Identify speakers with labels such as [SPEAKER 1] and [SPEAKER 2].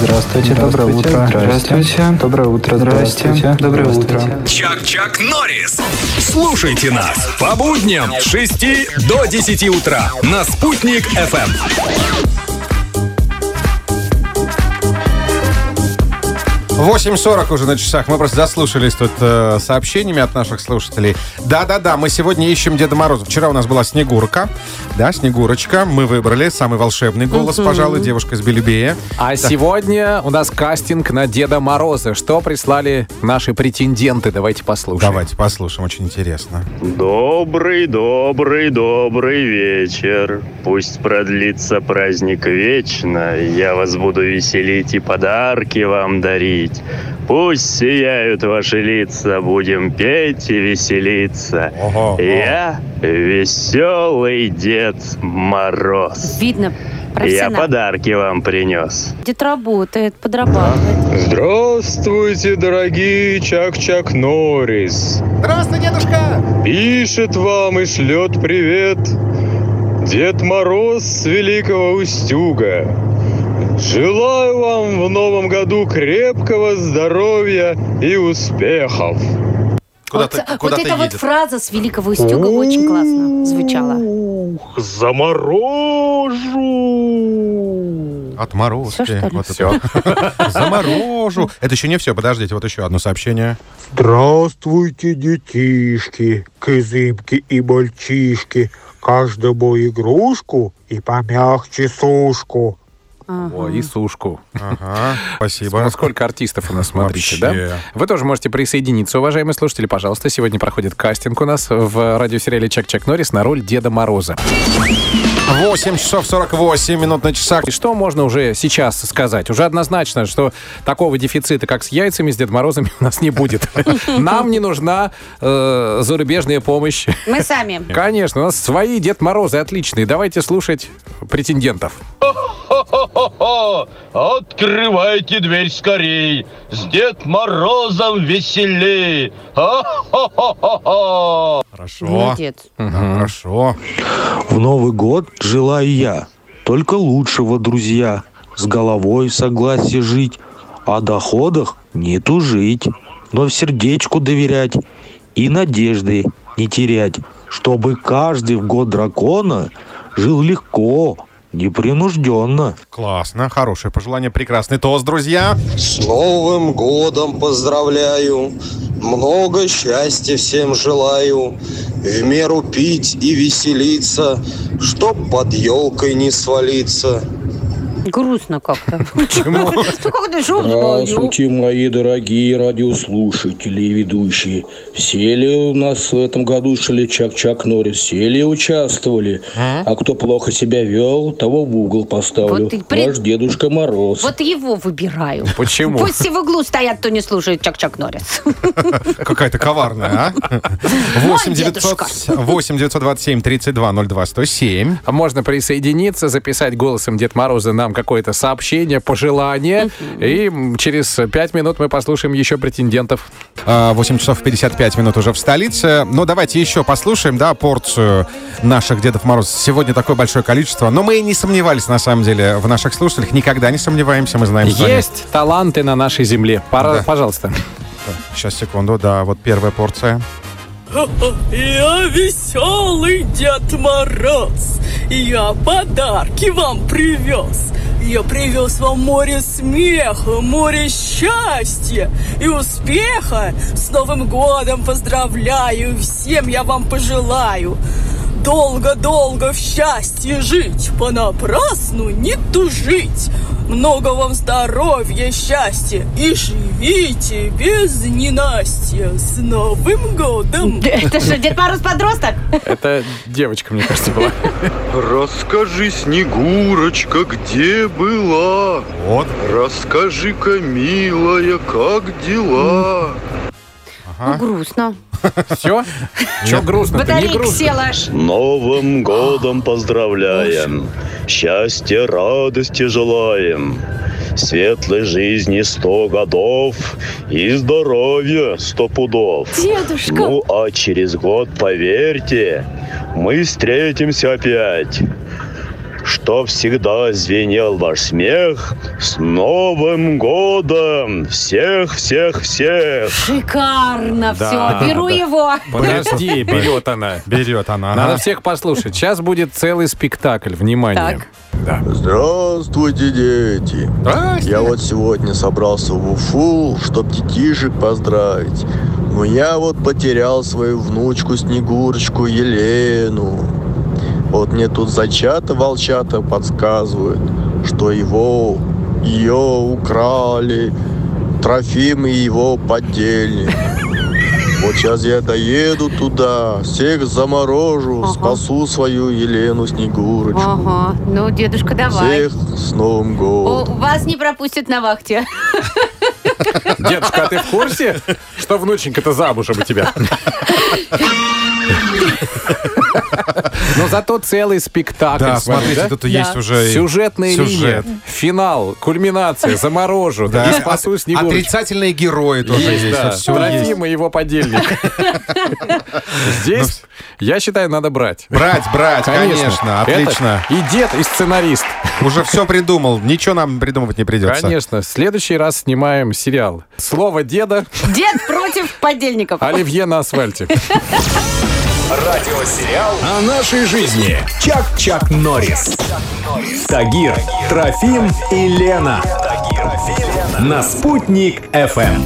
[SPEAKER 1] Здравствуйте, доброе утро.
[SPEAKER 2] Здравствуйте.
[SPEAKER 1] Доброе утро,
[SPEAKER 2] Здрасте.
[SPEAKER 1] здравствуйте.
[SPEAKER 2] Доброе утро.
[SPEAKER 1] Здравствуйте.
[SPEAKER 3] Чак-Чак Норрис. Слушайте нас по будням с 6 до 10 утра на Спутник Эм». FM.
[SPEAKER 4] Восемь 8.40 уже на часах. Мы просто заслушались тут э, сообщениями от наших слушателей. Да-да-да, мы сегодня ищем Деда Мороза. Вчера у нас была Снегурка. Да, Снегурочка. Мы выбрали самый волшебный голос, пожалуй, девушка из Белебея.
[SPEAKER 5] А сегодня у нас кастинг на Деда Мороза. Что прислали наши претенденты? Давайте послушаем.
[SPEAKER 4] Давайте послушаем, очень интересно.
[SPEAKER 6] Добрый, добрый, добрый вечер. Пусть продлится праздник вечно. Я вас буду веселить и подарки вам дарить. Пусть сияют ваши лица, будем петь и веселиться.
[SPEAKER 4] Ого.
[SPEAKER 6] Я веселый Дед Мороз.
[SPEAKER 7] Видно,
[SPEAKER 6] Я
[SPEAKER 7] профессионал.
[SPEAKER 6] подарки вам принес.
[SPEAKER 7] Дед работает, подрабатывает.
[SPEAKER 8] Здравствуйте, дорогие Чак-Чак Норрис.
[SPEAKER 4] Здравствуй, дедушка!
[SPEAKER 8] Пишет вам и шлет привет Дед Мороз с Великого Устюга. Желаю вам в новом году крепкого здоровья и успехов.
[SPEAKER 4] Куда
[SPEAKER 7] вот, э,
[SPEAKER 4] ты,
[SPEAKER 7] вот
[SPEAKER 4] куда ты
[SPEAKER 7] эта вот
[SPEAKER 4] едет?
[SPEAKER 7] фраза с Великого Устюга очень классно звучала.
[SPEAKER 8] Заморожу!
[SPEAKER 4] Отморозки.
[SPEAKER 7] Всё, что ли?
[SPEAKER 4] Вот это. Заморожу. Это еще не все. Подождите, вот еще одно сообщение.
[SPEAKER 9] Здравствуйте, детишки, кызымки и мальчишки. Каждому игрушку и помягче сушку.
[SPEAKER 7] Ага.
[SPEAKER 5] О, и сушку.
[SPEAKER 4] Ага, спасибо.
[SPEAKER 5] Ну, Сколько артистов у нас, смотрите,
[SPEAKER 4] Вообще.
[SPEAKER 5] да? Вы тоже можете присоединиться, уважаемые слушатели, пожалуйста. Сегодня проходит кастинг у нас в радиосериале «Чак-Чак Норрис» на роль Деда Мороза.
[SPEAKER 4] 8 часов 48 минут на часах.
[SPEAKER 5] И что можно уже сейчас сказать? Уже однозначно, что такого дефицита, как с яйцами, с Дедом Морозом у нас не будет. Нам не нужна э, зарубежная помощь.
[SPEAKER 7] Мы сами.
[SPEAKER 5] Конечно, у нас свои Дед Морозы отличные. Давайте слушать претендентов.
[SPEAKER 8] Хо-хо-хо! Открывайте дверь скорей! С Дед Морозом веселей! Хо-хо-хо-хо!
[SPEAKER 4] Хорошо.
[SPEAKER 7] Молодец.
[SPEAKER 4] Да, Хорошо.
[SPEAKER 9] В Новый год желаю я только лучшего, друзья. С головой в согласии жить, о доходах не тужить, но в сердечку доверять и надежды не терять, чтобы каждый в год дракона жил легко, непринужденно.
[SPEAKER 4] Классно. Хорошее пожелание. Прекрасный тост, друзья.
[SPEAKER 8] С Новым годом поздравляю, много счастья всем желаю, в меру пить и веселиться, чтоб под елкой не свалиться.
[SPEAKER 7] Грустно как-то. Ну, как-то жёлтый был.
[SPEAKER 10] Здравствуйте, мои дорогие радиослушатели и ведущие. Все ли у нас в этом году шли Чак-Чак Норрис? Все ли участвовали? А кто плохо себя вел, того в угол поставлю.
[SPEAKER 7] Вот ты при-
[SPEAKER 10] Ваш Дедушка Мороз.
[SPEAKER 7] Вот его выбираю.
[SPEAKER 5] Почему?
[SPEAKER 7] Пусть все в углу стоят, кто не слушает Чак-Чак Норрис.
[SPEAKER 4] Какая-то коварная, а? 8 900 8 927 32 02 107.
[SPEAKER 5] А Можно присоединиться, записать голосом Дед Мороза нам какое-то сообщение, пожелание. И м, через пять минут мы послушаем еще претендентов.
[SPEAKER 4] А, 8 часов 55 минут уже в столице. Но давайте еще послушаем, да, порцию наших Дедов Мороз. Сегодня такое большое количество. Но мы и не сомневались, на самом деле, в наших слушателях. Никогда не сомневаемся, мы знаем, что они-
[SPEAKER 5] Есть таланты на нашей земле. Пора-
[SPEAKER 4] Да.
[SPEAKER 5] Пожалуйста.
[SPEAKER 4] Сейчас, секунду, да, вот первая порция.
[SPEAKER 11] Я веселый Дед Мороз. Я подарки вам привез. Я привез вам море смеха, море счастья и успеха. С Новым годом поздравляю, всем я вам пожелаю. Долго-долго в счастье жить, понапрасну не тужить. Много вам здоровья, счастья и живите без ненастья. С Новым годом!
[SPEAKER 7] Это что, Дед Мороз подросток?
[SPEAKER 5] Это девочка, мне кажется, была.
[SPEAKER 8] Расскажи, Снегурочка, где была?
[SPEAKER 4] Вот.
[SPEAKER 8] Расскажи-ка, милая, как дела?
[SPEAKER 7] Ну, грустно.
[SPEAKER 5] Все? Че грустно-то? Не
[SPEAKER 7] Батарейка
[SPEAKER 5] грустно.
[SPEAKER 7] села аж.
[SPEAKER 8] Новым годом поздравляем, счастья, радости желаем, светлой жизни сто годов и здоровья сто пудов.
[SPEAKER 7] Дедушка.
[SPEAKER 8] Ну, а через год, поверьте, мы встретимся опять.
[SPEAKER 6] что всегда звенел ваш смех. С Новым годом! Всех, всех, всех!
[SPEAKER 7] Шикарно
[SPEAKER 4] Да.
[SPEAKER 7] все, беру его.
[SPEAKER 5] Подожди, берет она.
[SPEAKER 4] Берет она.
[SPEAKER 5] Надо
[SPEAKER 4] ага.
[SPEAKER 5] всех послушать. Сейчас будет целый спектакль. Внимание.
[SPEAKER 7] Так.
[SPEAKER 1] Здравствуйте, дети! Я вот сегодня собрался в Уфу, чтоб детишек поздравить. Но я вот потерял свою внучку Снегурочку Елену. Вот мне тут зачата волчата подсказывают, что его, ее украли. Трофим и его поддельник. Вот сейчас я доеду туда, всех заморожу,
[SPEAKER 7] Ага.
[SPEAKER 1] спасу свою Елену Снегурочку.
[SPEAKER 7] Ага, ну, дедушка, давай.
[SPEAKER 1] Всех с Новым
[SPEAKER 7] О,
[SPEAKER 1] годом!
[SPEAKER 7] вас не пропустят на вахте.
[SPEAKER 5] Дедушка, а ты в курсе, что внученька-то замужем у тебя? Но зато целый спектакль.
[SPEAKER 4] Да, смотрите,
[SPEAKER 5] да?
[SPEAKER 4] тут есть уже... и
[SPEAKER 5] Сюжетные
[SPEAKER 4] сюжет.
[SPEAKER 5] линии, финал, кульминация, заморожу,
[SPEAKER 4] Да.
[SPEAKER 5] и спасу Снегурочку.
[SPEAKER 4] Отрицательные герои тоже есть.
[SPEAKER 5] А Есть, да.
[SPEAKER 4] вот всё есть.
[SPEAKER 5] Трофим и его подельник. Здесь, я считаю, надо брать.
[SPEAKER 4] Брать, брать, конечно,
[SPEAKER 5] Это
[SPEAKER 4] отлично.
[SPEAKER 5] И дед, и сценарист.
[SPEAKER 4] Уже все придумал, ничего нам придумывать не придется.
[SPEAKER 5] Конечно. В следующий раз снимаем сериал. Слово деда
[SPEAKER 7] Дед против подельников.
[SPEAKER 5] Оливье на асфальте.
[SPEAKER 3] Радиосериал о нашей жизни. Чак-Чак Норрис. Тагир, Трофим и Лена. На «Спутник Эм». ФМ».